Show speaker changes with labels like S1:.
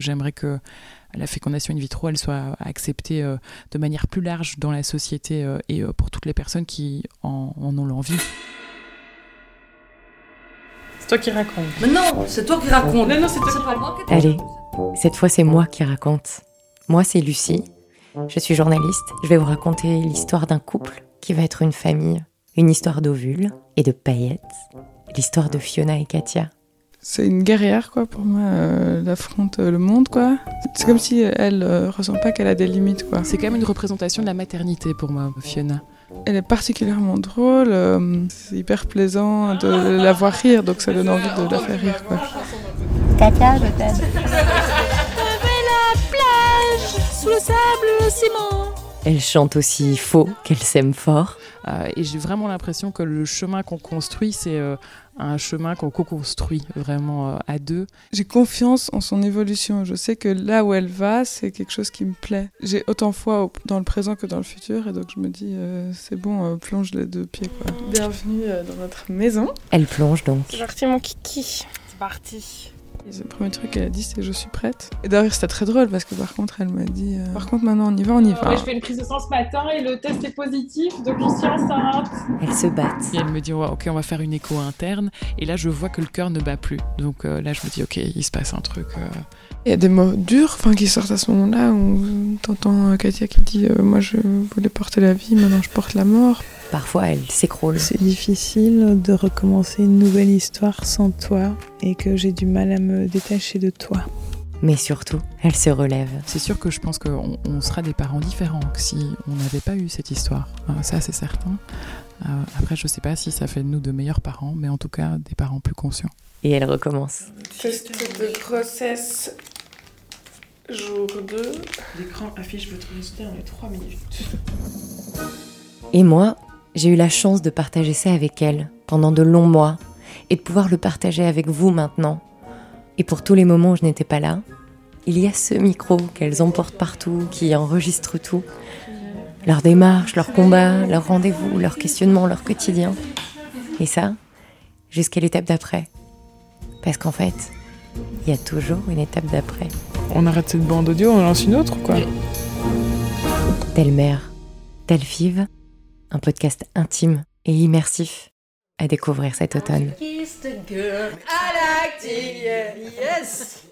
S1: J'aimerais que la fécondation in vitro, elle soit acceptée euh, de manière plus large dans la société euh, et euh, pour toutes les personnes qui en, en ont l'envie.
S2: C'est toi qui raconte.
S3: Mais non, c'est toi qui raconte.
S2: Non, non, c'est toi qui
S3: raconte.
S4: Allez, cette fois c'est moi qui raconte. Moi c'est Lucie, je suis journaliste, je vais vous raconter l'histoire d'un couple qui va être une famille, une histoire d'ovules et de paillettes, l'histoire de Fiona et Katia.
S5: C'est une guerrière, quoi, pour moi. euh, Elle affronte euh, le monde, quoi. C'est comme si elle euh, ressent pas qu'elle a des limites, quoi.
S1: C'est quand même une représentation de la maternité pour moi, Fiona.
S5: Elle est particulièrement drôle. euh, c'est hyper plaisant de la voir rire, donc ça donne envie de la faire rire, quoi.
S6: Katia, je t'aime.
S4: Elle chante aussi faux qu'elle s'aime fort.
S1: Euh, et j'ai vraiment l'impression que le chemin qu'on construit, c'est euh, un chemin qu'on co-construit vraiment euh, à deux.
S5: J'ai confiance en son évolution. Je sais que là où elle va, c'est quelque chose qui me plaît. J'ai autant foi au- dans le présent que dans le futur, et donc je me dis, euh, c'est bon, euh, plonge les deux pieds, quoi.
S2: Bienvenue euh, dans notre maison.
S4: Elle plonge donc.
S7: C'est parti mon kiki.
S2: C'est parti.
S5: Et Le premier truc qu'elle a dit, c'est je suis prête. Et d'ailleurs, c'était très drôle parce que par contre, elle m'a dit, euh, par contre, maintenant on y va, on y va.
S7: Ouais, je fais une prise de sang ce matin et le test est positif, donc je suis enceinte.
S4: Elles se battent.
S1: Et elle me dit, Ouais, ok, on va faire une écho interne. Et là, je vois que le cœur ne bat plus. Donc euh, là, je me dis, ok, il se passe un truc. euh,
S5: Il y a des mots durs enfin, qui sortent à ce moment-là où t'entends euh, Katia qui dit euh, Moi je voulais porter la vie, maintenant je porte la mort.
S4: Parfois elle s'écroule.
S8: C'est difficile de recommencer une nouvelle histoire sans toi et que j'ai du mal à me détacher de toi.
S4: Mais surtout, elle se relève.
S1: C'est sûr que je pense qu'on on sera des parents différents que si on n'avait pas eu cette histoire. Euh, ça, c'est certain. Euh, après, je sais pas si ça fait de nous de meilleurs parents, mais en tout cas, des parents plus conscients.
S4: Et elle recommence.
S7: Test de grossesse jour 2.
S2: L'écran affiche votre résultat dans les 3 minutes.
S4: Et moi, j'ai eu la chance de partager ça avec elle pendant de longs mois et de pouvoir le partager avec vous maintenant. Et pour tous les moments où je n'étais pas là, il y a ce micro qu'elles emportent partout, qui enregistre tout. Leurs démarches, leurs combats, leurs rendez-vous, leurs questionnements, leur quotidien. Et ça, jusqu'à l'étape d'après. Parce qu'en fait, il y a toujours une étape d'après.
S2: On arrête cette bande audio, on lance une autre ou quoi
S4: Telle mère, telle five, un podcast intime et immersif à découvrir cet automne.
S3: Kiss the girl I like to hear. Yes.